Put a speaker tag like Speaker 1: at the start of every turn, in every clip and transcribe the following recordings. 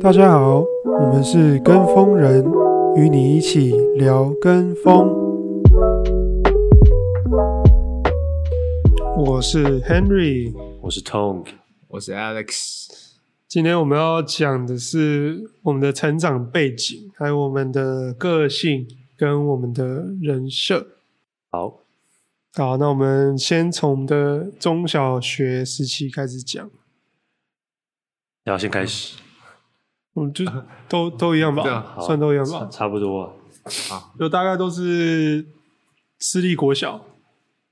Speaker 1: 大家好，我们是跟风人，与你一起聊跟风。我是 Henry，
Speaker 2: 我是 Tong，
Speaker 3: 我是 Alex。
Speaker 1: 今天我们要讲的是我们的成长背景，还有我们的个性跟我们的人设。
Speaker 2: 好，
Speaker 1: 好，那我们先从我们的中小学时期开始讲，
Speaker 2: 要先开始，
Speaker 1: 我们就都都一样
Speaker 3: 对
Speaker 1: 吧
Speaker 3: 啊，
Speaker 2: 好
Speaker 1: 算都一样
Speaker 2: 差
Speaker 1: 吧，
Speaker 2: 差不多啊。
Speaker 1: 就大概都是私立国小、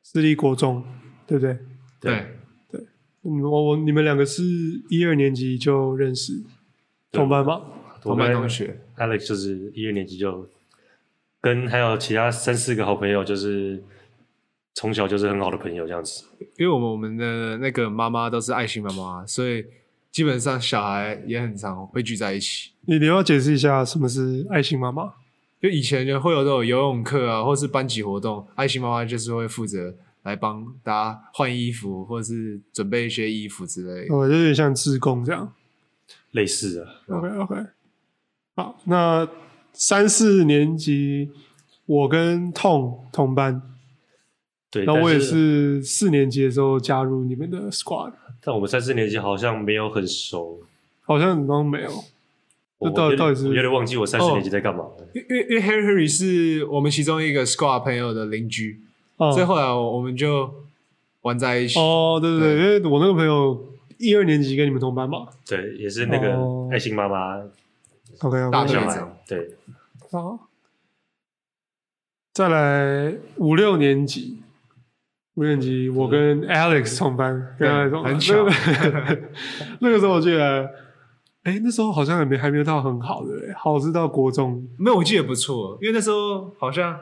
Speaker 1: 私立国中，对不对？
Speaker 3: 对，
Speaker 1: 嗯，我我你们两个是一二年级就认识，
Speaker 2: 对
Speaker 1: 同班吗？
Speaker 2: 我
Speaker 3: 同
Speaker 2: 们
Speaker 3: 班同学，
Speaker 2: Alex 就是一二年级就跟还有其他三四个好朋友，就是从小就是很好的朋友这样子。
Speaker 3: 因为我们我们的那个妈妈都是爱心妈妈，所以基本上小孩也很常会聚在一起。
Speaker 1: 你你要解释一下什么是爱心妈妈？
Speaker 3: 就以前就会有这种游泳课啊，或是班级活动，爱心妈妈就是会负责来帮大家换衣服，或是准备一些衣服之类的。
Speaker 1: 我、哦、就有点像志工这样。
Speaker 2: 类似的，
Speaker 3: 嗯
Speaker 1: OK OK，好，那三四年级我跟痛同班，
Speaker 2: 对。
Speaker 1: 那我也
Speaker 2: 但
Speaker 1: 是四年级的时候加入你们的 squad，
Speaker 2: 但我们三四年级好像没有很熟，
Speaker 1: 好像你们没有。那
Speaker 2: 我
Speaker 1: 到
Speaker 2: 我有点
Speaker 1: 到底是
Speaker 2: 我有点忘记我三四
Speaker 3: 哦
Speaker 2: 年级在干嘛了。
Speaker 3: 因因因为 Harry 是我们其中一个 squad 朋友的邻居，
Speaker 1: 哦
Speaker 3: 所以后来我我们就玩在一起。
Speaker 1: 哦，对对对，因为我那个朋友一二年级跟你们同班嘛。
Speaker 2: 对，也是那个
Speaker 1: 哦
Speaker 2: 爱心妈妈
Speaker 1: OK OK，
Speaker 3: 大
Speaker 2: 小
Speaker 3: 队
Speaker 2: 孩
Speaker 3: 长。
Speaker 2: 对，
Speaker 1: 好，再来五六年级，五六年级我跟 Alex 同班，跟
Speaker 3: 对
Speaker 1: Alex 同班，
Speaker 3: 很巧
Speaker 1: 那个 那个时候我记得，哎、那时候好像也没还没有到很好的、诶好是到国中，
Speaker 3: 没有，我记得不错，因为那时候好像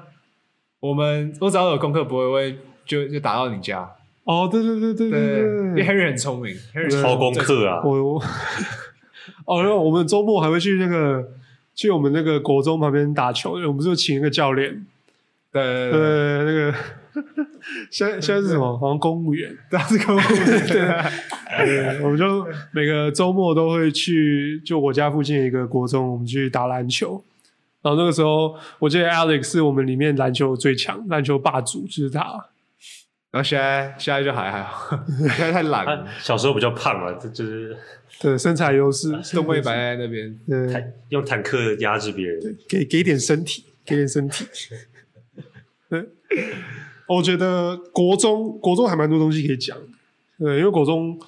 Speaker 3: 我们我只要有功课不会问，就就打到你家。
Speaker 1: 哦，对对对对
Speaker 3: 对，因
Speaker 1: 对，
Speaker 3: 为 Harry 很聪明，Harry
Speaker 1: 对
Speaker 2: 抄功课啊，
Speaker 1: 我 我，哦，然后我们周末还会去那个。去我们那个国中旁边打球，我们就请一个教练，
Speaker 3: 对对
Speaker 1: 呃，
Speaker 3: 对，
Speaker 1: 那个 现在现在是什么？好像公务员，
Speaker 3: 他是公务 员。
Speaker 1: 对，我们就每个周末都会去，就我家附近有一个国中，我们去打篮球。然后那个时候，我记得 Alex 是我们里面篮球最强、篮球霸主，就是他。
Speaker 3: 然后现在现在就还还好， 现在太懒
Speaker 2: 他
Speaker 3: 了，
Speaker 2: 小时候比较胖啊，这就是
Speaker 1: 对，身材优势，
Speaker 3: 东北白在那边。
Speaker 1: 对，
Speaker 2: 坦用坦克压制别人。
Speaker 1: 给给点身体，给点身 体。对，哦我觉得国中国中还蛮多东西可以讲，对，因为国中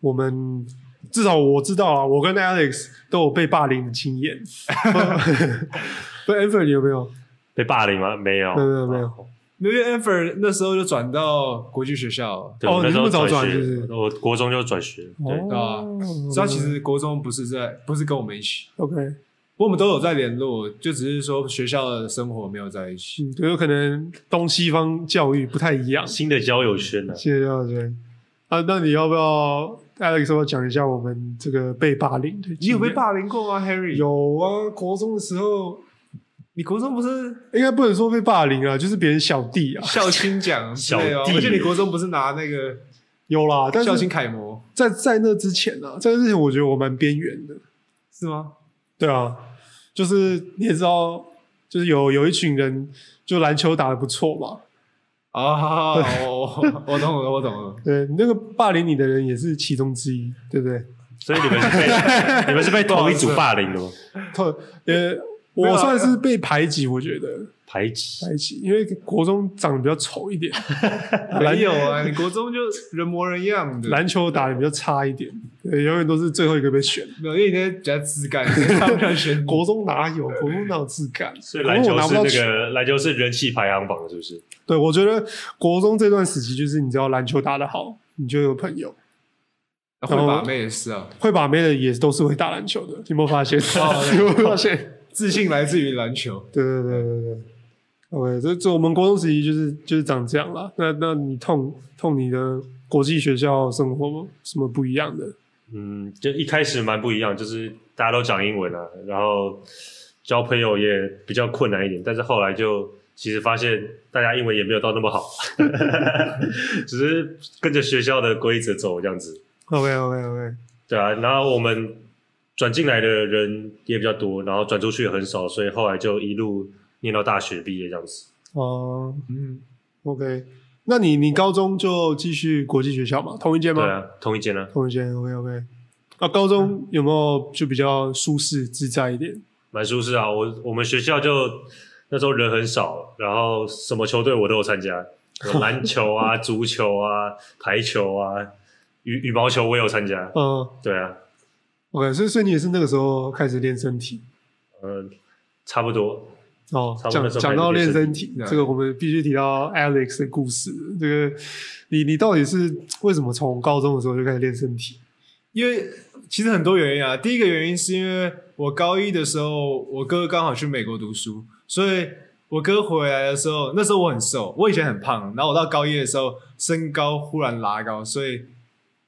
Speaker 1: 我们至少我知道啊，我跟 Alex 都有被霸凌的经验。 对 Anthony 有没有？
Speaker 2: 被霸凌吗？没有，
Speaker 1: 没有没有没有
Speaker 2: 哦
Speaker 3: 因为 e v e r 那时候就转到国际学校了，
Speaker 2: 对，
Speaker 1: 哦
Speaker 2: 我那时候
Speaker 1: 你是不是早转
Speaker 2: 学
Speaker 1: 是不是
Speaker 2: 我国中就转学，对，
Speaker 1: 哦
Speaker 3: 啊所以他其实国中不是在不是跟我们一起，
Speaker 1: OK，
Speaker 3: 不过我们都有在联络，就只是说学校的生活没有在一起。
Speaker 1: 嗯，有可能东西方教育不太一样。
Speaker 2: 新的交友 圈呢、
Speaker 1: 谢谢教授。啊，那你要不要 Alex 要不要讲一下我们这个被霸凌的经验？
Speaker 3: 你有被霸凌过吗，Harry？，
Speaker 1: 有啊，国中的时候
Speaker 3: 你国中不是
Speaker 1: 应该不能说被霸凌啊，就是别人小弟啊，
Speaker 3: 校青奖之类的吗
Speaker 2: 小弟
Speaker 3: 而且你国中不是拿那个
Speaker 1: 有
Speaker 2: 哦
Speaker 1: 啦。但
Speaker 3: 校青
Speaker 1: 是
Speaker 3: 楷模
Speaker 1: 在在那之前啊，在那之前我觉得我蛮边缘的。
Speaker 3: 是吗？
Speaker 1: 对啊，就是你也知道，就是有有一群人就篮球打得不错嘛，
Speaker 3: 啊，好好好我 我我懂了，我懂了。
Speaker 1: 对，那个霸凌你的人也是其中之一，对不对？
Speaker 2: 所以你们是被你们是被同一组霸凌的吗？
Speaker 1: 特呃，
Speaker 3: 没有
Speaker 1: 我
Speaker 3: 啊
Speaker 1: 算是被排挤，我觉得
Speaker 2: 排挤，
Speaker 1: 排挤，因为国中长得比较丑一 点，篮
Speaker 3: 没有啊，你国中就人模人样的，
Speaker 1: 篮球打得比较差一点，对，永远都是最后一个被选。
Speaker 3: 没有，因为你在比较自干，他们要选你
Speaker 1: 国中哪有？国中哪有质感？
Speaker 2: 所以篮球
Speaker 1: 国中我拿不
Speaker 2: 是
Speaker 1: 到
Speaker 2: 那
Speaker 1: 球。
Speaker 2: 个篮球是人气排行榜，是不是？
Speaker 1: 对，我觉得国中这段时期，就是你只要篮球打得好，你就有朋友。
Speaker 3: 会把妹也是 啊，
Speaker 1: 会把妹的也都是会打篮球的，你有没有发现？
Speaker 2: 哦
Speaker 1: 你 有没有发现？
Speaker 3: 自信来自于篮球。
Speaker 1: 对对对对对。OK，这这我们国中时期就是就是长这样啦。那那你痛痛你的国际学校生活吗什么不一样的？
Speaker 2: 嗯，就一开始蛮不一样，就是大家都讲英文啊，然后交朋友也比较困难一点，但是后来就其实发现大家英文也没有到那么好， 只是跟着学校的规则走这样子。
Speaker 1: OK OK OK，
Speaker 2: 对啊，然后我们转进来的人也比较多，然后转出去也很少，所以后来就一路念到大学毕业这样子。
Speaker 1: 哦、
Speaker 3: 嗯，
Speaker 1: o k 那你你高中就继续国际学校嘛？同一间吗？
Speaker 2: 对啊，嗯同一间啊，
Speaker 1: 同一间。OK OK。那、高中有没有就比较舒适自在一点？
Speaker 2: 蛮舒适啊。我我们学校就那时候人很少，然后什么球队我都有参 加，有篮球啊、足球啊、排球啊、羽羽毛球我也有参加。
Speaker 1: 嗯
Speaker 2: 对啊，
Speaker 1: ，OK。所以所以你也是那个时候开始练身体
Speaker 2: 嗯、差不多。
Speaker 1: 哦
Speaker 2: 差。不多
Speaker 1: 讲
Speaker 2: 那时候
Speaker 1: 讲到练身体
Speaker 3: 开始练身体，
Speaker 1: 这个我们必须提到 Alex 的故事。这个你你到底是为什么从高中的时候就开始练身体？
Speaker 3: 因为其实很多原因啊。第一个原因是因为我高一的时候，我哥刚好去美国读书，所以我哥回来的时候，那时候我很瘦，我以前很胖，然后我到高一的时候，身高忽然拉高，所以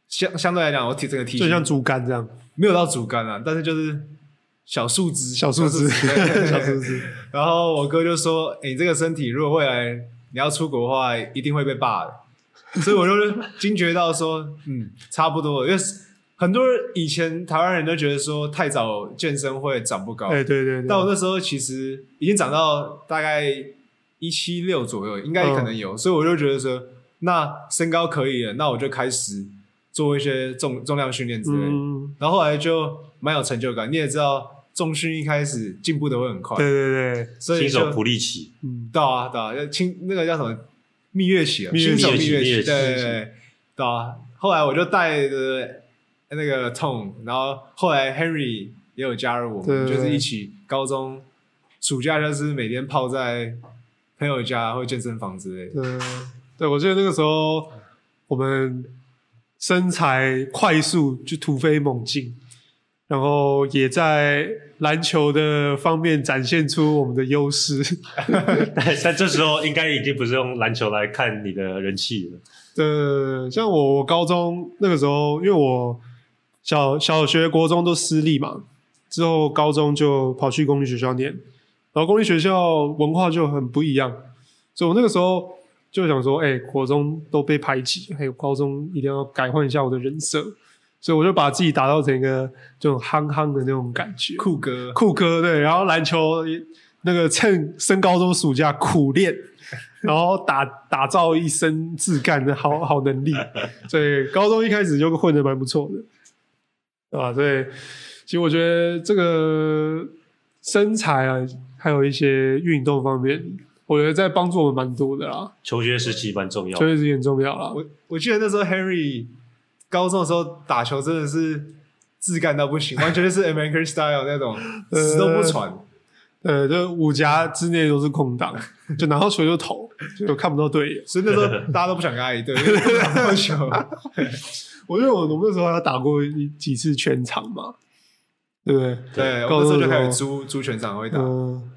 Speaker 3: 相相对来讲，我体整个体
Speaker 1: 就像
Speaker 3: 型
Speaker 1: 竹竿这样，
Speaker 3: 没有到竹竿啊，但是就是小树枝，
Speaker 1: 小树 枝，
Speaker 3: 对
Speaker 1: 小树枝。
Speaker 3: 然后我哥就说：“诶你这个身体，如果未来你要出国的话，一定会被霸的。”所以我就惊觉到说：“ 嗯，差不多了。”因为很多人以前台湾人都觉得说太早健身会长不高，
Speaker 1: 哎，对对对。
Speaker 3: 但我那时候其实已经长到大概一七六左右，应该可能
Speaker 1: 嗯
Speaker 3: 有，所以我就觉得说，那身高可以了，那我就开始做一些重重量训练之类的。
Speaker 1: 嗯，
Speaker 3: 然后后来就蛮有成就感。你也知道，重训一开始进步的会很快，
Speaker 1: 对对对，
Speaker 3: 所
Speaker 2: 新
Speaker 3: 以就
Speaker 2: 手普利奇，
Speaker 1: 嗯。
Speaker 3: 对啊，对啊，要清那个叫什么蜜月期啊，
Speaker 1: 蜜月
Speaker 3: 新
Speaker 1: 期
Speaker 3: 手蜜
Speaker 2: 蜜月
Speaker 3: 期，
Speaker 2: 期
Speaker 3: 对对对，对啊。后来我就带着那个 Tom，然后后来 Henry 也有加入我
Speaker 1: 对
Speaker 3: 们，
Speaker 1: 对
Speaker 3: 就
Speaker 1: 对
Speaker 3: 是一起高中暑假就是每天泡在朋友家或健身房之类的。
Speaker 1: 嗯，对，我记得那个时候我们身材快速就突飞猛进，然后也在篮球的方面展现出我们的优势。
Speaker 2: 但但这时候应该已经不是用篮球来看你的人气了。
Speaker 1: 对，像我我高中那个时候，因为我小小学、国中都私立嘛，之后高中就跑去公立学校念，然后公立学校文化就很不一样，所以我那个时候就想说，哎、国中都被排挤，还有高中一定要改换一下我的人设，所以我就把自己打造成一个这种憨憨的那种感觉，
Speaker 3: 酷哥，
Speaker 1: 酷哥对，然后篮球也那个趁升高中暑假苦练，然后打打造一身自干的好好能力，所以高中一开始就混的蛮不错的，啊，所以其实我觉得这个身材啊，还有一些运动方面，我觉得在帮助我们蛮多的啦，
Speaker 2: 求学时期蛮重要的
Speaker 1: 所，以是很重要啦。
Speaker 3: 我我记得那时候 Henry 高中的时候打球真的是自干到不行，完全就是 American style 那种，死都不传。
Speaker 1: 呃，这五夹之内都是空档，就拿到球就投，就看不到队友。
Speaker 3: 所以那时候大家都不想跟他一队，因为打不到球。
Speaker 1: 我觉得我我们那时候还打过一几次全场嘛，对不对？
Speaker 3: 对，
Speaker 1: 高
Speaker 3: 我那时
Speaker 1: 中的
Speaker 3: 候就
Speaker 1: 时候
Speaker 3: 开始租租全场会打
Speaker 1: 嗯、。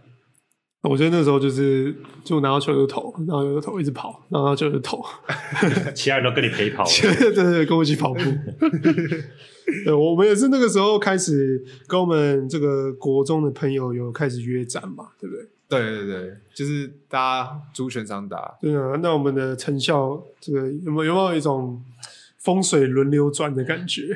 Speaker 1: 我觉得那时候就是就拿到球就投，然后就投，一直跑，然后拿到球就投，
Speaker 2: 其他人都跟你陪跑了。
Speaker 1: 对对对，跟我一起跑步。 对，我们也是那个时候开始跟我们这个国中的朋友有开始约战嘛，对不对？
Speaker 3: 对对对，就是大家租全场打。
Speaker 1: 对啊，那我们的成效这个有没有有没有一种风水轮流转的感觉？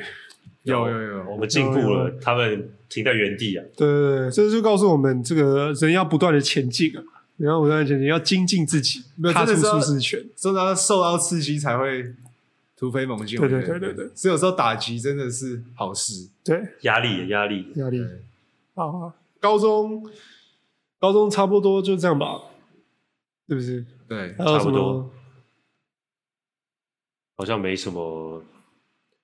Speaker 3: 有
Speaker 2: 有
Speaker 3: 有有，
Speaker 2: 我们进步
Speaker 1: 有
Speaker 2: 了，他们停在原地啊。
Speaker 1: 对对对，这就告诉我们，这个人要不断的前进啊，人要不断的前进，要精进自己
Speaker 3: 没，有
Speaker 1: 踏出
Speaker 3: 真的是
Speaker 1: 舒
Speaker 3: 要
Speaker 1: 适圈。
Speaker 3: 真的要受到刺激才会突飞猛进。
Speaker 1: 对对
Speaker 3: 我觉得
Speaker 1: 对对对，
Speaker 3: 所以有时候打击真的是好事。
Speaker 1: 对，
Speaker 2: 压力，压力。
Speaker 1: 压力
Speaker 3: 对，
Speaker 1: 啊，高中高中差不多就这样吧，是不是？
Speaker 3: 对
Speaker 1: 还有
Speaker 2: 差
Speaker 1: 什
Speaker 2: 不多
Speaker 1: 么？
Speaker 2: 好像没什么，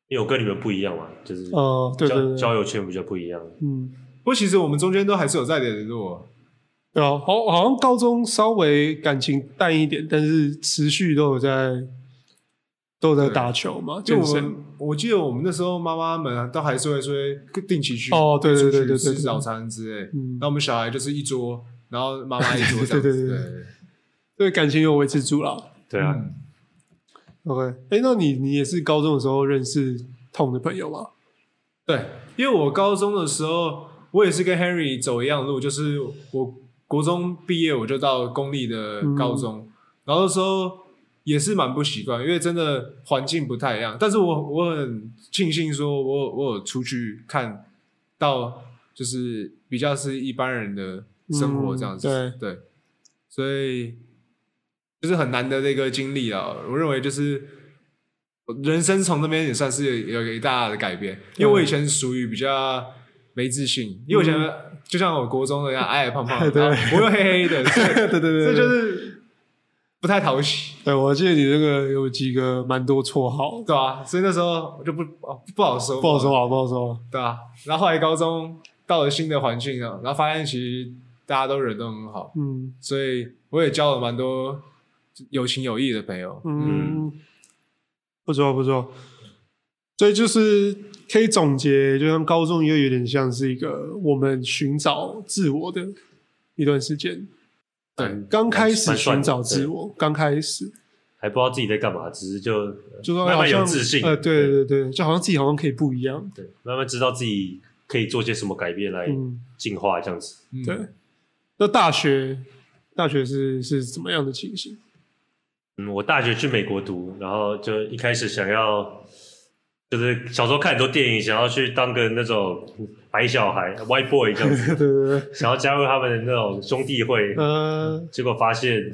Speaker 2: 因为我跟你们不一样嘛，就是交、
Speaker 1: 哦、对对对，
Speaker 2: 交友圈比较不一样。
Speaker 1: 嗯，
Speaker 3: 不过其实我们中间都还是有在联络，
Speaker 1: 对啊，好，好像高中稍微感情淡一点，但是持续都有在都有在
Speaker 3: 对
Speaker 1: 打球嘛，
Speaker 3: 就
Speaker 1: 健
Speaker 3: 我
Speaker 1: 身。
Speaker 3: 们我记得我们那时候妈妈们啊都还是会说定期去
Speaker 1: 哦对对
Speaker 3: 出去
Speaker 1: 对对对对
Speaker 3: 吃
Speaker 1: 对
Speaker 3: 早餐之类。
Speaker 1: 嗯
Speaker 3: 那我们小孩就是一桌，然后妈 妈一桌这样子。
Speaker 1: 对对对对对感情有维持住了。
Speaker 2: 对啊，
Speaker 3: 嗯
Speaker 1: OK，哎、那你你也是高中的时候认识痛的朋友吗？
Speaker 3: 对，因为我高中的时候，我也是跟 Henry 走一样的路，就是我国中毕业我就到公立的高中，然后那时候也是蛮不习惯，因为真的环境不太一样。但是我我很庆幸说我有我有出去看到，就是比较是一般人的生活这样子，
Speaker 1: 嗯
Speaker 3: 对，所以就是很难得的一个经历啊。我认为就是人生从那边也算是有有一大的改变，因为我以前属于比较没自信，因为我以前就像我国中的一样矮矮胖 啊胖的，
Speaker 1: 嗯对
Speaker 3: 然后我又黑黑的，所以
Speaker 1: 对对对，对
Speaker 3: 这就是不太讨喜，
Speaker 1: 对我记得你这个有几个蛮多绰号，
Speaker 3: 对吧、啊所以那时候我就不哦不好说，
Speaker 1: 不好，说啊，不好说啊。
Speaker 3: 对吧、然后后来高中到了新的环境啊，然后发现其实大家都人都很好，
Speaker 1: 嗯
Speaker 3: 所以我也交了蛮多有情有义的朋友。
Speaker 1: 嗯，不错不错。所以就是可以总结，就像高中又有点像是一个我们寻找自我的一段时间。
Speaker 3: 对，
Speaker 1: 刚开始
Speaker 2: 蛮算
Speaker 1: 寻
Speaker 2: 的
Speaker 1: 找自我，刚开始
Speaker 2: 还不知道自己在干嘛，只是就呃
Speaker 1: 就说
Speaker 2: 慢
Speaker 1: 好
Speaker 2: 慢有
Speaker 1: 像
Speaker 2: 自信，
Speaker 1: 呃，对对对，就好像自己好像可以不一样。
Speaker 2: 对，慢慢知道自己可以做些什么改变来
Speaker 1: 嗯，
Speaker 2: 进化，这样子。
Speaker 3: 嗯
Speaker 1: 对。那大学大学是是怎么样的情形？
Speaker 2: 嗯，我大学去美国读，然后就一开始想要，就是小时候看很多电影，想要去当个那种白小孩 （white boy） 这样子，
Speaker 1: 对对对，对
Speaker 2: 想要加入他们的那种兄弟会，
Speaker 1: 呃，
Speaker 2: 结果发现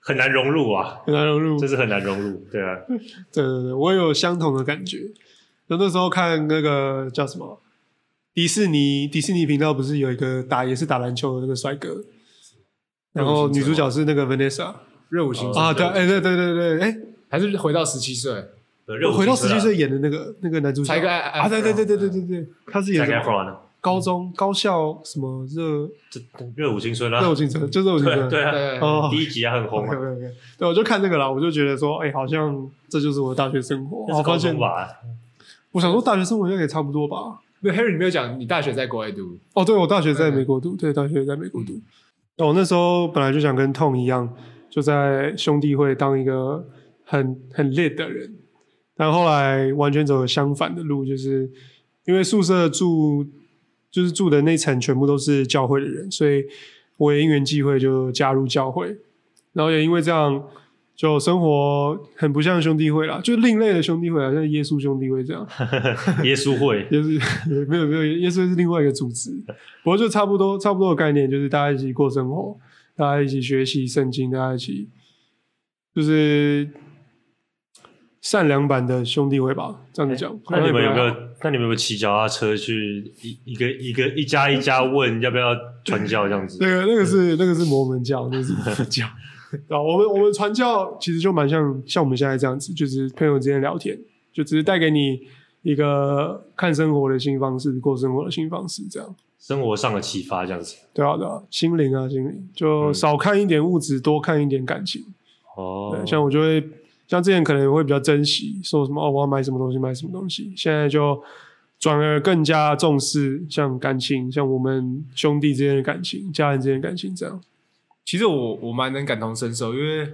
Speaker 2: 很难融入啊，
Speaker 1: 很难融入。
Speaker 2: 真是很难融入。对啊，
Speaker 1: 对对对，我也有相同的感觉。就那时候看那个叫什么迪士尼迪士尼频道，不是有一个打也是打篮球的那个帅哥，然后女主角是那个 Vanessa
Speaker 3: 热舞青春
Speaker 1: 啊，对，哎、对对对对，哎、
Speaker 3: 还是回到十七岁，
Speaker 2: 呃热舞
Speaker 1: 回到十
Speaker 2: 青
Speaker 1: 七
Speaker 2: 春啊
Speaker 1: 岁演的那个那个男主角
Speaker 3: 才个
Speaker 1: 啊，对对对对对对对，他是演什么
Speaker 2: Zac Efron 啊呢？
Speaker 1: 高中高校什么热
Speaker 2: 这热舞青春啊，
Speaker 1: 热舞青春，就热舞青
Speaker 2: 对
Speaker 1: 春，
Speaker 2: 对啊，
Speaker 3: 对，
Speaker 1: 哦
Speaker 2: 第一集还很红
Speaker 1: ，OK
Speaker 2: 啊，
Speaker 1: OK OK，对，我就看这个啦，我就觉得说，哎、好像这就是我的大学生活，
Speaker 2: 那
Speaker 1: 我
Speaker 2: 是
Speaker 1: 发
Speaker 2: 高
Speaker 1: 现
Speaker 2: 中，吧？
Speaker 1: 我想说大学生活应该也差不多吧，
Speaker 3: 没有 Harry，你没有讲你大学在国外读，
Speaker 1: 哦，对，我大学在
Speaker 3: 嗯
Speaker 1: 美国读，对，大学在美国读。那我那时候本来就想跟 Tom 一样，就在兄弟会当一个很很 lit 的人，但后来完全走了相反的路，就是因为宿舍住就是住的那层全部都是教会的人，所以我也因缘际会就加入教会，然后也因为这样。就生活很不像兄弟会啦，就另类的兄弟会啊，像耶稣兄弟会这样。
Speaker 2: 耶 稣会，
Speaker 1: 也是没有没有，也是是另外一个组织，不过就差不多差不多的概念，就是大家一起过生活，大家一起学习圣经，大家一起就是善良版的兄弟会吧，这样子讲。
Speaker 2: 哎那你们有没
Speaker 1: 好像也不太好？
Speaker 2: 有？那你们有没有骑脚踏车去一一个一个一家一家问要不要传教这样子？
Speaker 1: 那个那个是那个是摩门教，那个是摩门教。 啊，我们我们传教其实就蛮像像我们现在这样子，就是朋友之间聊天，就只是带给你一个看生活的新方式，过生活的新方式这样。
Speaker 2: 生活上的启发这样子。
Speaker 1: 对啊，对啊，心灵啊，心灵，就
Speaker 2: 嗯
Speaker 1: 少看一点物质，多看一点感情。
Speaker 2: 哦
Speaker 1: 对，，像我就会，像之前可能会比较珍惜，说什么哦，我要买什么东西，买什么东西。现在就转而更加重视像感情，像我们兄弟之间的感情、家人之间的感情这样。
Speaker 3: 其实我我蛮能感同身受，因为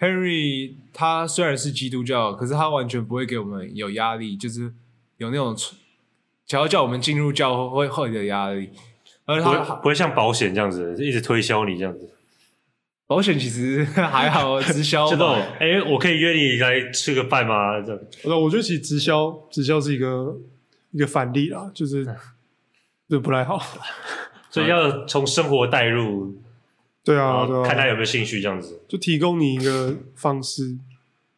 Speaker 3: Henry 他虽然是基督教，可是他完全不会给我们有压力，就是有那种想要叫我们进入教会会的压力。而
Speaker 2: 不会
Speaker 3: 他
Speaker 2: 不会像保险这样子，一直推销你这样
Speaker 1: 哦
Speaker 2: 子，
Speaker 3: 保险其实 还好，直销
Speaker 2: 就那种
Speaker 3: 嘛，
Speaker 2: 哎，我可以约你来吃个饭吗？这样
Speaker 1: 那啊我觉得其实直销，直销是一个一个反例啦， 就是这不太好。
Speaker 2: 所以要从生活带入，
Speaker 1: 对
Speaker 2: 然
Speaker 1: 啊，
Speaker 2: 后
Speaker 1: 对
Speaker 2: 看他
Speaker 1: 啊，
Speaker 2: 有没有兴趣这样子。
Speaker 1: 就提供你一个方式。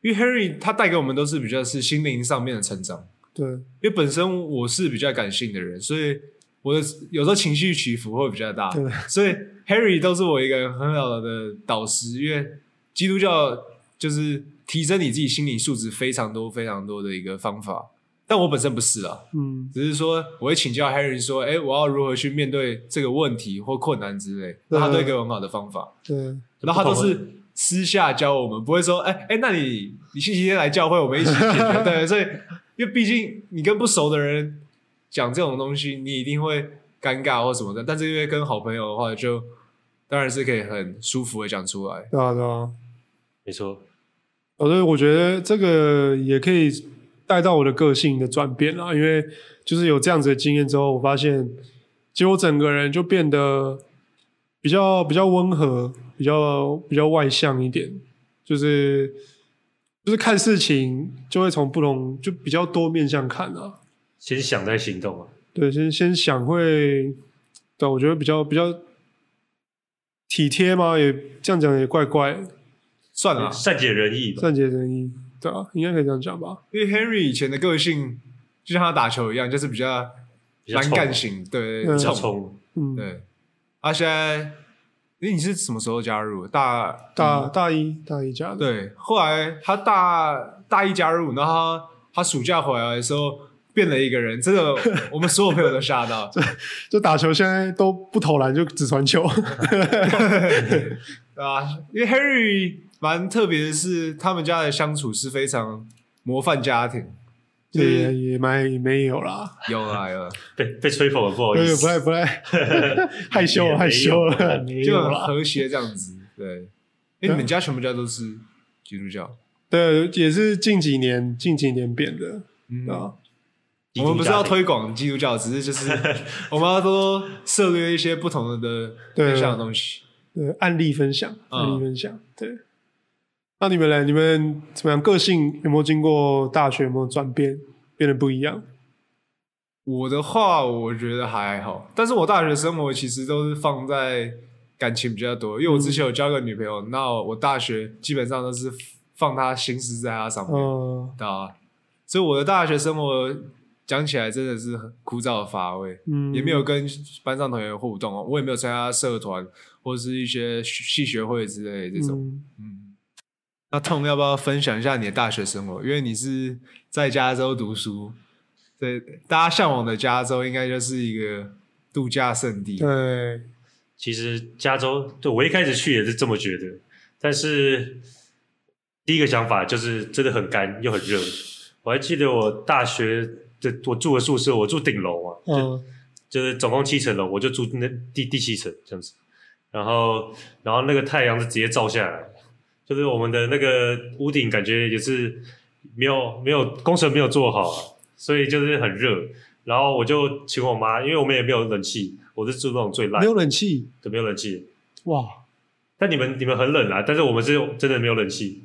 Speaker 3: 因为 Henry 他带给我们都是比较是心灵上面的成长。
Speaker 1: 对，
Speaker 3: 因为本身我是比较感性的人，所以我的有时候情绪起伏会比较大
Speaker 1: 对，
Speaker 3: 所以 Harry 都是我一个很好的导师，因为基督教就是提升你自己心理素质非常多非常多的一个方法。但我本身不是啦，
Speaker 1: 嗯，
Speaker 3: 只是说我会请教 Harry 说，哎、我要如何去面对这个问题或困难之类，
Speaker 1: 对
Speaker 3: 他都会给我很好的方法。
Speaker 1: 对。
Speaker 3: 然后他都
Speaker 2: 不
Speaker 3: 是私下教我们，不会说，哎、哎、那你你星期天来教会，我们一起解 决。对，所以因为毕竟你跟不熟的人讲这种东西，你一定会尴尬或什么的。但是因为跟好朋友的话就，当然是可以很舒服的讲出来。
Speaker 1: 对啊，对啊。
Speaker 2: 没错，
Speaker 1: 哦，对，我觉得这个也可以带到我的个性的转变啦，因为就是有这样子的经验之后，我发现，其实我整个人就变得比较比较温和，比较比较外向一点，就是就是看事情就会从不同就比较多面向看啊。
Speaker 2: 先想再行动啊。
Speaker 1: 对，先先想会，对，我觉得比较比较体贴嘛，也这样讲也怪怪，
Speaker 3: 算了啊，
Speaker 2: 善解人意吧。
Speaker 1: 善解人意，对啊，应该可以这样讲吧。
Speaker 3: 因为 Henry 以前的个性就像他打球一样，就是比较
Speaker 2: 比较
Speaker 3: 蛮
Speaker 2: 冲
Speaker 3: 干型，
Speaker 1: 嗯
Speaker 3: 对，
Speaker 2: 比
Speaker 3: 比
Speaker 2: 较
Speaker 3: 较
Speaker 2: 冲。
Speaker 1: 嗯，
Speaker 3: 对，他现在，诶，你是什么时候加入？大嗯
Speaker 1: 大大一大一加的，
Speaker 3: 对，后来他大大一加入，然后他他暑假回来的时候变了一个人，真 的，我们所有朋友都吓到。
Speaker 1: 就打球现在都不投篮，就只传球。
Speaker 3: 对啊，因为 Harry 蛮特别的是，他们家的相处是非常模范家庭，就
Speaker 1: 也
Speaker 3: 是
Speaker 1: 也蛮也没 有啦，
Speaker 3: 有啊有啊，
Speaker 2: 被被吹捧了，不好意
Speaker 1: 对，不
Speaker 2: 思。
Speaker 1: 太不太害羞
Speaker 2: 也
Speaker 1: 了
Speaker 2: 没有
Speaker 1: 害羞了，没
Speaker 3: 就
Speaker 1: 有
Speaker 3: 很
Speaker 1: 啦。
Speaker 3: 和谐这样子。
Speaker 1: 啊
Speaker 3: 对，因为你们家全部家都是基督教，
Speaker 1: 对，也是近几年近几年变的
Speaker 3: 嗯
Speaker 1: 啊。
Speaker 2: 基督
Speaker 3: 我们不是要
Speaker 2: 家庭
Speaker 3: 推广基督教，只是就是 我们要多涉猎一些不同的
Speaker 1: 对
Speaker 3: 面向的东西。
Speaker 1: 对，案例分享，
Speaker 3: 嗯
Speaker 1: 案例分享，对。那你们呢？你们怎么样？个性有没有经过大学有没有转变，变得不一样？
Speaker 3: 我的话，我觉得还好，但是我大学生活其实都是放在感情比较多，因为我之前有交个女朋友，那我大学基本上都是放她心思在她上面，
Speaker 1: 呃，
Speaker 3: 对啊，所以我的大学生活讲起来真的是很枯燥乏味，
Speaker 1: 嗯，
Speaker 3: 也没有跟班上同学互动哦，我也没有参加社团或是一些系学会之类的这种，
Speaker 1: 嗯
Speaker 3: 嗯。那 Tom 要不要分享一下你的大学生活？因为你是在加州读书，对大家向往的加州应该就是一个度假胜地。
Speaker 1: 对，
Speaker 2: 其实加州，对我一开始去也是这么觉得，但是第一个想法就是真的很干又很热。我还记得我大学的我住的宿舍，我住顶楼嘛，就
Speaker 1: 嗯
Speaker 2: 就是总共七层楼，我就住那第第七层这样子。然后，然后那个太阳是直接照下来，就是我们的那个屋顶感觉也是没有没有工程没有做好啊、所以就是很热。然后我就请我妈，因为我们也没有冷气，我是住那种最烂
Speaker 1: 没，有冷气，
Speaker 2: 都没有冷气。
Speaker 1: 哇，
Speaker 2: 但你们你们很冷啊，但是我们是真的没有冷气。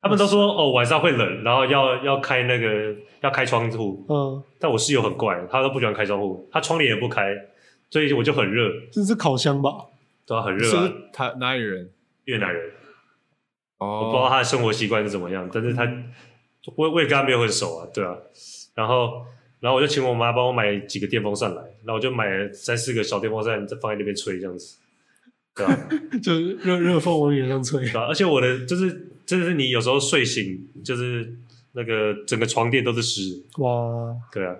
Speaker 2: 他们都说哦晚上会冷，然后要要开那个要开窗户，
Speaker 1: 嗯，
Speaker 2: 但我室友很怪，他都不喜欢开窗户，他窗帘也不开，所以我就很热，
Speaker 1: 这是烤箱吧？
Speaker 2: 对、啊，很热、
Speaker 3: 是
Speaker 2: 啊。
Speaker 3: 不是台哪里人？
Speaker 2: 越南人，我不知道
Speaker 3: 哦，
Speaker 2: 他的生活习惯是怎么样，但是他我我也跟他没有很熟啊，对啊。然后然后我就请我妈帮我买几个电风扇来，然后我就买了三四个小电风扇，再放在那边吹这样子，对 啊。
Speaker 1: 就是热热风往脸上吹，
Speaker 2: 对啊、而且我的就是，真的是你有时候睡醒，就是那个整个床垫都是湿的。
Speaker 1: 哇，
Speaker 2: 对啊，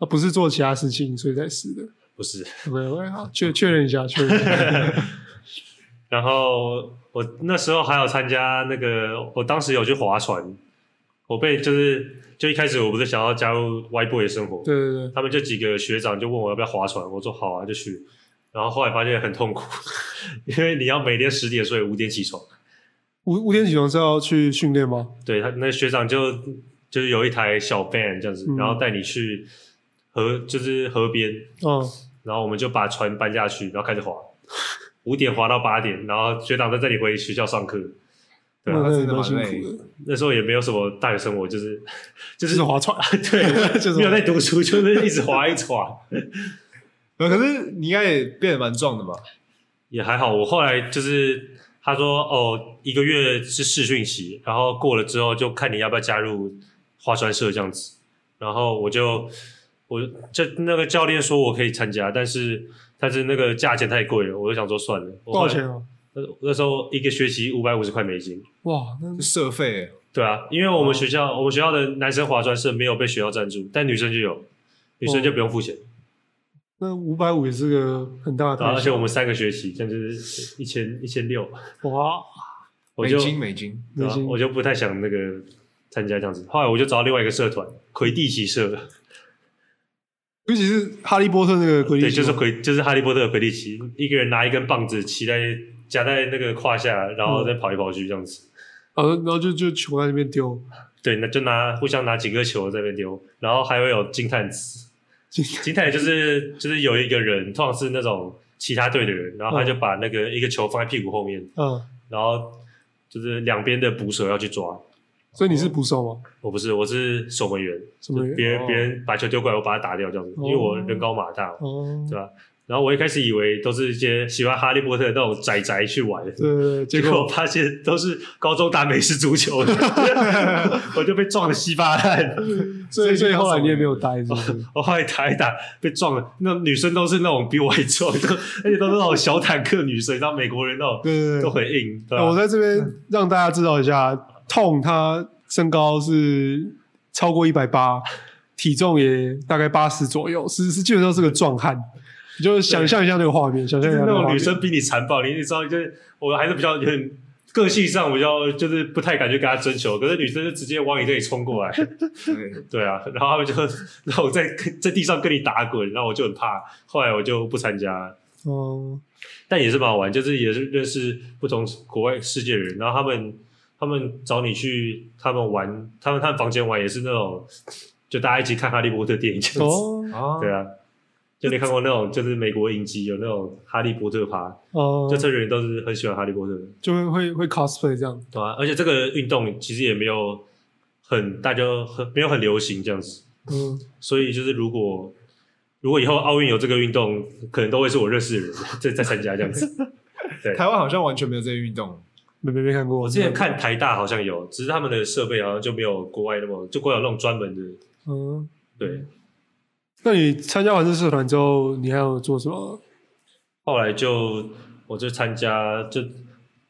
Speaker 1: 那不是做其他事情所以才湿的。
Speaker 2: 不是。
Speaker 1: OK OK，好，确确认一下，确认一下。
Speaker 2: 然后我那时候还有参加那个，我当时有去划船，我被就是就一开始我不是想要加入 Y boy 的生活，
Speaker 1: 对对对，
Speaker 2: 他们就几个学长就问我要不要划船，我说好啊，就去。然后后来发现很痛苦， 因为你要每天十点睡，五点起床。
Speaker 1: 五五点起床是要去训练吗？
Speaker 2: 对他那学长就就是有一台小 van 这样子，
Speaker 1: 嗯
Speaker 2: 然后带你去河，就是河边，
Speaker 1: 嗯，
Speaker 2: 然后我们就把船搬下去，然后开始滑， 五点滑到八点，然后学长在这里回学校上课。对啊
Speaker 1: 那
Speaker 3: 真
Speaker 1: 真
Speaker 3: 的
Speaker 1: 蛮
Speaker 3: 蛮
Speaker 1: 辛
Speaker 3: 累
Speaker 1: 苦的，
Speaker 2: 那时候也没有什么大学生活，就是 就
Speaker 1: 就是是 划船。
Speaker 2: 对，
Speaker 1: 就是
Speaker 2: 没有在读书，就是一直滑一直滑。
Speaker 3: 呃可是你应该也变得蛮壮的吧？
Speaker 2: 也还好，我后来就是他说哦，一个月是试训期，然后过了之后就看你要不要加入划船社这样子。然后我就我就那个教练说我可以参加，但是但是那个价钱太贵了，我就想说算了。我
Speaker 1: 多
Speaker 2: 后
Speaker 1: 少
Speaker 2: 来
Speaker 1: 钱啊？
Speaker 2: 那那时候一个学期五百五十块美金。
Speaker 1: 哇，那
Speaker 3: 就社费，
Speaker 2: 对啊，因为我们学校、
Speaker 1: 哦
Speaker 2: 我们学校的男生划船社没有被学校赞助，但女生就有，女生就不用付
Speaker 1: 哦
Speaker 2: 钱。
Speaker 1: 那五百五也是个很大的
Speaker 2: 然
Speaker 1: 代
Speaker 2: 后而且
Speaker 1: 价
Speaker 2: 我。们三个学期，这样就是一千一千六，
Speaker 1: 哇，
Speaker 2: 我
Speaker 3: 美
Speaker 2: 就
Speaker 3: 金美金，
Speaker 2: 对
Speaker 1: 美
Speaker 2: 啊
Speaker 1: 金
Speaker 2: 我就不太想那个参加这样子。后来我就找到另外一个社团——魁地奇社，
Speaker 1: 尤其是哈利波特那个规定，
Speaker 2: 对，就是魁，就是哈利波特的魁地奇，一个人拿一根棒子骑在夹在那个胯下，然后再跑来跑去这样子。
Speaker 1: 啊，然后就就球在那边丢，
Speaker 2: 对，那就拿互相拿几个球在那边丢，然后还会有惊叹词。
Speaker 1: 惊
Speaker 2: 惊叹就是就是有一个人，通常是那种其他队的人，然后他就把那个一个球放在屁股后面，
Speaker 1: 嗯，
Speaker 2: 然后就是两边的捕手要去抓。
Speaker 1: 所以你是捕手吗？
Speaker 2: 我不是，我是守门员，
Speaker 1: 守门员
Speaker 2: 就别人
Speaker 3: 哦
Speaker 2: 别人把球丢过来，我把他打掉这样子，
Speaker 1: 哦
Speaker 2: 因为我人高马大嘛，
Speaker 1: 哦，
Speaker 2: 对吧？然后我一开始以为都是一些喜欢哈利波特的那种宅宅去玩，
Speaker 1: 对，
Speaker 2: 结
Speaker 1: 结
Speaker 2: 果我
Speaker 1: 果
Speaker 2: 发现都是高中打美式足球的， 我就被撞的稀巴烂。
Speaker 1: 所以所
Speaker 3: 所以
Speaker 1: 以后来你也
Speaker 3: 他
Speaker 1: 没有待，是不是？
Speaker 2: 我后来打一打被撞了，那女生都是那种比我还壮，都而且都是那种小坦克女生，你知道美国人那种
Speaker 1: 对对
Speaker 2: 都
Speaker 1: 对。
Speaker 2: 很硬，对
Speaker 1: 那
Speaker 2: 啊嗯吧？
Speaker 1: 我在这边让大家知道一下，痛他身高是超过一百八，体重也大概八十左右，是是基本上是个壮汉。你就想象一下那个画面，想象
Speaker 2: 就
Speaker 1: 一
Speaker 2: 是
Speaker 1: 下
Speaker 2: 那
Speaker 1: 个画
Speaker 2: 种
Speaker 1: 面
Speaker 2: 女生比你残暴，你你知道，就是我还是比较有点个性上比较就是不太敢去跟她争球，可是女生就直接往你这里冲过来，
Speaker 3: 对
Speaker 2: 对啊，然后他们就然后我在在地上跟你打滚，然后我就很怕，后来我就不参加了，
Speaker 1: 哦，
Speaker 2: 但也是蛮好玩，就是也是认识不同国外世界的人，然后他们他们找你去他们玩，他们他们房间玩也是那种 就大家一起看哈利波特电影这样子，
Speaker 1: 哦
Speaker 3: 啊
Speaker 2: 对啊。就你看过那种，就是美国影集有那种哈利波特趴，
Speaker 1: 哦，
Speaker 2: 这车人都是很喜欢哈利波特的，
Speaker 1: 就会会会 cosplay 这样，
Speaker 2: 对啊，而且这个运动其实也没有很大家很没有很流行这样子，
Speaker 1: 嗯，
Speaker 2: 所以就是如果如果以后奥运有这个运动，可能都会是我认识的人再再参加这样子。
Speaker 3: 台湾好像完全没有这些运动，
Speaker 1: 没没没看过，
Speaker 2: 我之前看台大好像有，只是他们的设备好像就没有国外那么，就国外有那种专门的。
Speaker 1: 嗯，
Speaker 2: 对，
Speaker 1: 那你参加完这社团之后，你还有做什么？
Speaker 2: 后来就我就参加，就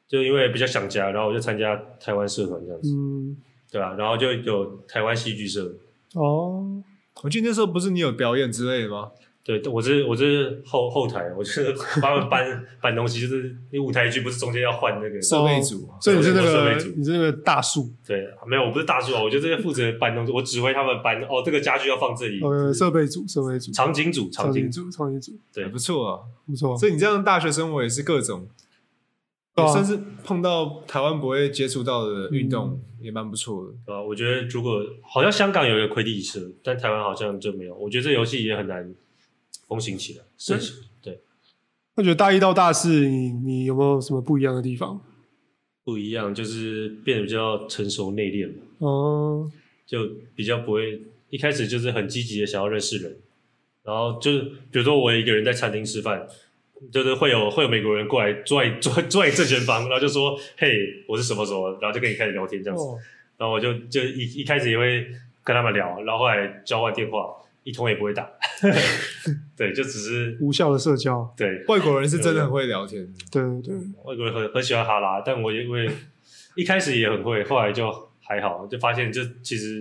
Speaker 2: 就因为比较想家，然后我就参加台湾社团这样子，
Speaker 1: 嗯，
Speaker 2: 对啊，然后就有台湾戏剧社，
Speaker 1: 哦，
Speaker 3: 我记得那时候不是你有表演之类的吗？
Speaker 2: 对，我是我是后后台，我是帮他们搬 搬东西，就是你舞台剧不是中间要换那个？
Speaker 3: 设备组
Speaker 1: 所以你是那
Speaker 2: 我
Speaker 1: 个
Speaker 2: 是设备组
Speaker 1: 你是那个大树，
Speaker 2: 对，没有，我不是大叔啊，我就是负责搬东西，我指挥他们搬。哦，这个家具要放这里。
Speaker 1: 呃，
Speaker 2: 哦就是
Speaker 1: 设备组，设备组，
Speaker 2: 场景组，场景组，
Speaker 1: 组，场景组，
Speaker 2: 对
Speaker 3: 也不错啊。
Speaker 1: 不错，
Speaker 3: 所以你这样大学生活也是各种，
Speaker 1: 哦对啊
Speaker 3: 也算是碰到台湾不会接触到的
Speaker 1: 嗯
Speaker 3: 运动，也蛮不错的。
Speaker 2: 啊，我觉得如果好像香港有一个魁地奇社，但台湾好像就没有。我觉得这游戏也很难风行起来。是，对，
Speaker 1: 那觉得大一到大四，你你有没有什么不一样的地方？
Speaker 2: 不一样，就是变得比较成熟内敛嘛，
Speaker 1: 哦，
Speaker 2: 就比较不会一开始就是很积极的想要认识人，然后就是比如说我一个人在餐厅吃饭，就是会有会有美国人过来坐在坐坐在正前方，然后就说嘿我是什么什么，然后就跟你开始聊天这样子，
Speaker 1: 哦
Speaker 2: 然后我就就一一开始也会跟他们聊，然后后来交换电话一通也不会打，对，就只是
Speaker 1: 无效的社交，
Speaker 2: 对
Speaker 3: 外国人是真的很会聊天，
Speaker 1: 对对对，
Speaker 2: 外国人很很喜欢哈拉，但我也会一开始也很会，后来就还好，就发现这其实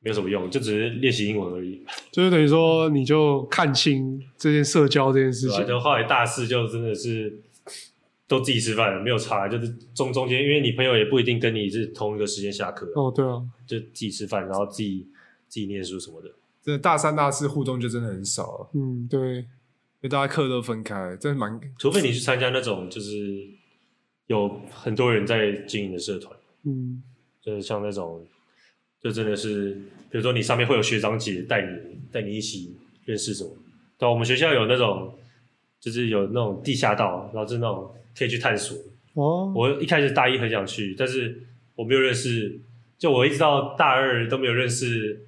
Speaker 2: 没有什么用，就只是练习英文而已。
Speaker 1: 就是等于说你就看清这件社交这件事
Speaker 2: 对啊，
Speaker 1: 情，
Speaker 2: 就后来大四就真的是都自己吃饭了，没有差，就是中中间，因为你朋友也不一定跟你是同一个时间下课，
Speaker 1: 哦，对啊，
Speaker 2: 就自己吃饭，然后自己自己念书什么的。
Speaker 3: 真的大三大四互动就真的很少了，
Speaker 1: 嗯，对，
Speaker 3: 因为大家课都分开，真的蛮
Speaker 2: 除非你去参加那种就是有很多人在经营的社团，
Speaker 1: 嗯，
Speaker 2: 就是像那种，就真的是，比如说你上面会有学长姐带你带你一起认识什么。对啊，我们学校有那种，就是有那种地下道，然后就是那种可以去探索。
Speaker 1: 哦，
Speaker 2: 我一开始大一很想去，但是我没有认识，就我一直到大二都没有认识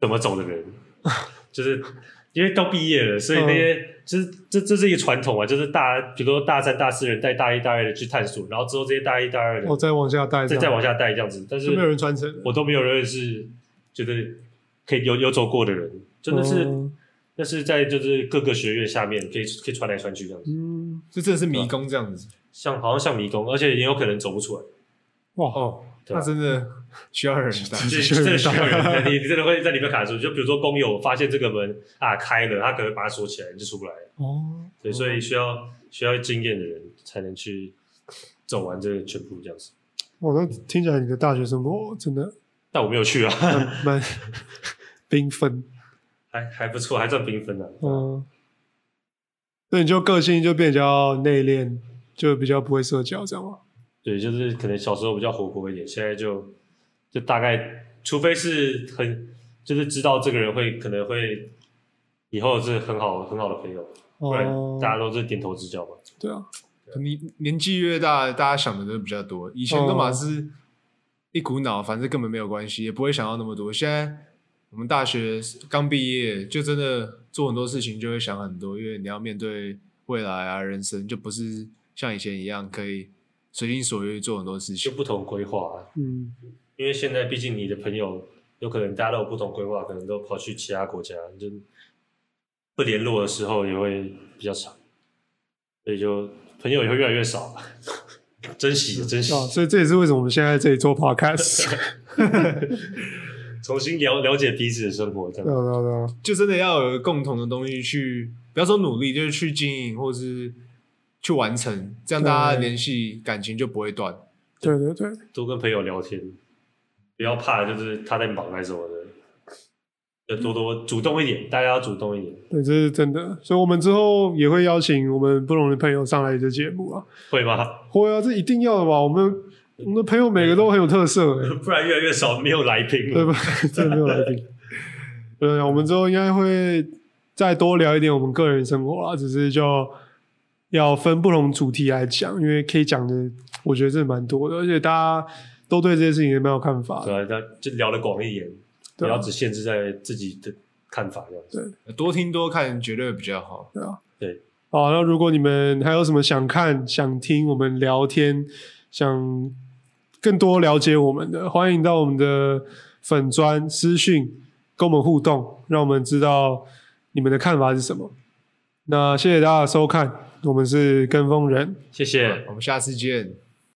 Speaker 2: 怎么走 的人，就是因为都毕业了，所
Speaker 1: 嗯
Speaker 2: 以那些、就是这这是一个传统啊，就是大比如说大三大四人带大一大二的去探索，然后之后这些大一大二的
Speaker 1: 我再往下带，
Speaker 2: 再再往下带这样子，但
Speaker 1: 哦就没有
Speaker 2: 是
Speaker 1: 人传承了，
Speaker 2: 我都没有认识，就是可以有有走过的人，真的是、
Speaker 1: 哦
Speaker 2: 那是在就是各个学院下面可以可以穿来穿去这样子，
Speaker 1: 嗯，
Speaker 3: 就真的是迷宫这样子，
Speaker 2: 像好像像迷宫，而且也有可能走不出来。
Speaker 1: 哇，
Speaker 3: 哦，
Speaker 2: 对啊
Speaker 3: 那真的需要人带。
Speaker 2: 这这个需要人，你你真的会在里面卡住。就比如说工友发现这个门啊开了，他可能把它锁起来，你就出不来了。
Speaker 1: 哦，
Speaker 2: 对，所以需要需要经验的人才能去走完这个全部这样子。
Speaker 1: 哇，那听起来你的大学生活真的
Speaker 2: 但我没有去啊，
Speaker 1: 蛮 蛮缤纷，
Speaker 2: 还还不错，还算缤纷的。啊
Speaker 1: 嗯，那你就个性就变比较内敛，就比较不会社交，这样吗？
Speaker 2: 对，就是可能小时候比较活泼一点，现在就就大概，除非是很就是知道这个人会可能会以后是很好很好的朋友，不然
Speaker 1: 哦，
Speaker 2: 大家都是点头之交嘛。
Speaker 1: 对啊，
Speaker 3: 你年纪越大，大家想的都比较多。以前都嘛是一股脑，反正根本没有关系，也不会想到那么多。现在我们大学刚毕业，就真的做很多事情就会想很多，因为你要面对未来啊，人生就不是像以前一样可以随心所欲做很多事
Speaker 2: 就
Speaker 3: 情。
Speaker 2: 不同规划、啊，
Speaker 1: 嗯，
Speaker 2: 因为现在毕竟你的朋友有可能大家都有不同规划，可能都跑去其他国家，就不联络的时候也会比较长，所以就朋友也会越来越少，珍惜珍 惜，
Speaker 1: 啊，所以这也是为什么我们现在在这里做 podcast，
Speaker 2: 重新了了解彼此的生活，这
Speaker 1: 啊对
Speaker 2: 样
Speaker 1: 啊对啊对啊，
Speaker 3: 就真的要有共同的东西去，不要说努力，就是去经营或是去完成，这样大家
Speaker 1: 对
Speaker 3: 联系感情就不会断。
Speaker 1: 对对对，
Speaker 2: 多跟朋友聊天，不要怕就是他在忙还是什么的，要多多主动一点，大家要主动一点，
Speaker 1: 对，这是真的。所以我们之后也会邀请我们不同的朋友上来这节目啊，
Speaker 2: 会吗？
Speaker 1: 会啊，这一定要的吧？我们我们的朋友每个都很有特色、欸，
Speaker 2: 不然越来越少没有来宾
Speaker 1: 对
Speaker 2: 了。
Speaker 1: 吧？ 真的没有来宾。对，啊我们之后应该会再多聊一点我们个人生活啦，只是就要分不同主题来讲，因为可以讲的我觉得真的蛮多的，而且大家都对这些事情也蛮有看法的。
Speaker 2: 对啊，那就聊得广一点，不
Speaker 1: 对啊
Speaker 2: 要只限制在自己的看法这样子。
Speaker 3: 多听多看绝对比较好。
Speaker 1: 好，那如果你们还有什么想看、想听我们聊天，想更多了解我们的，欢迎到我们的粉砖私讯跟我们互动，让我们知道你们的看法是什么。那谢谢大家的收看，我们是跟风人，
Speaker 2: 谢谢。
Speaker 3: 我们下次见。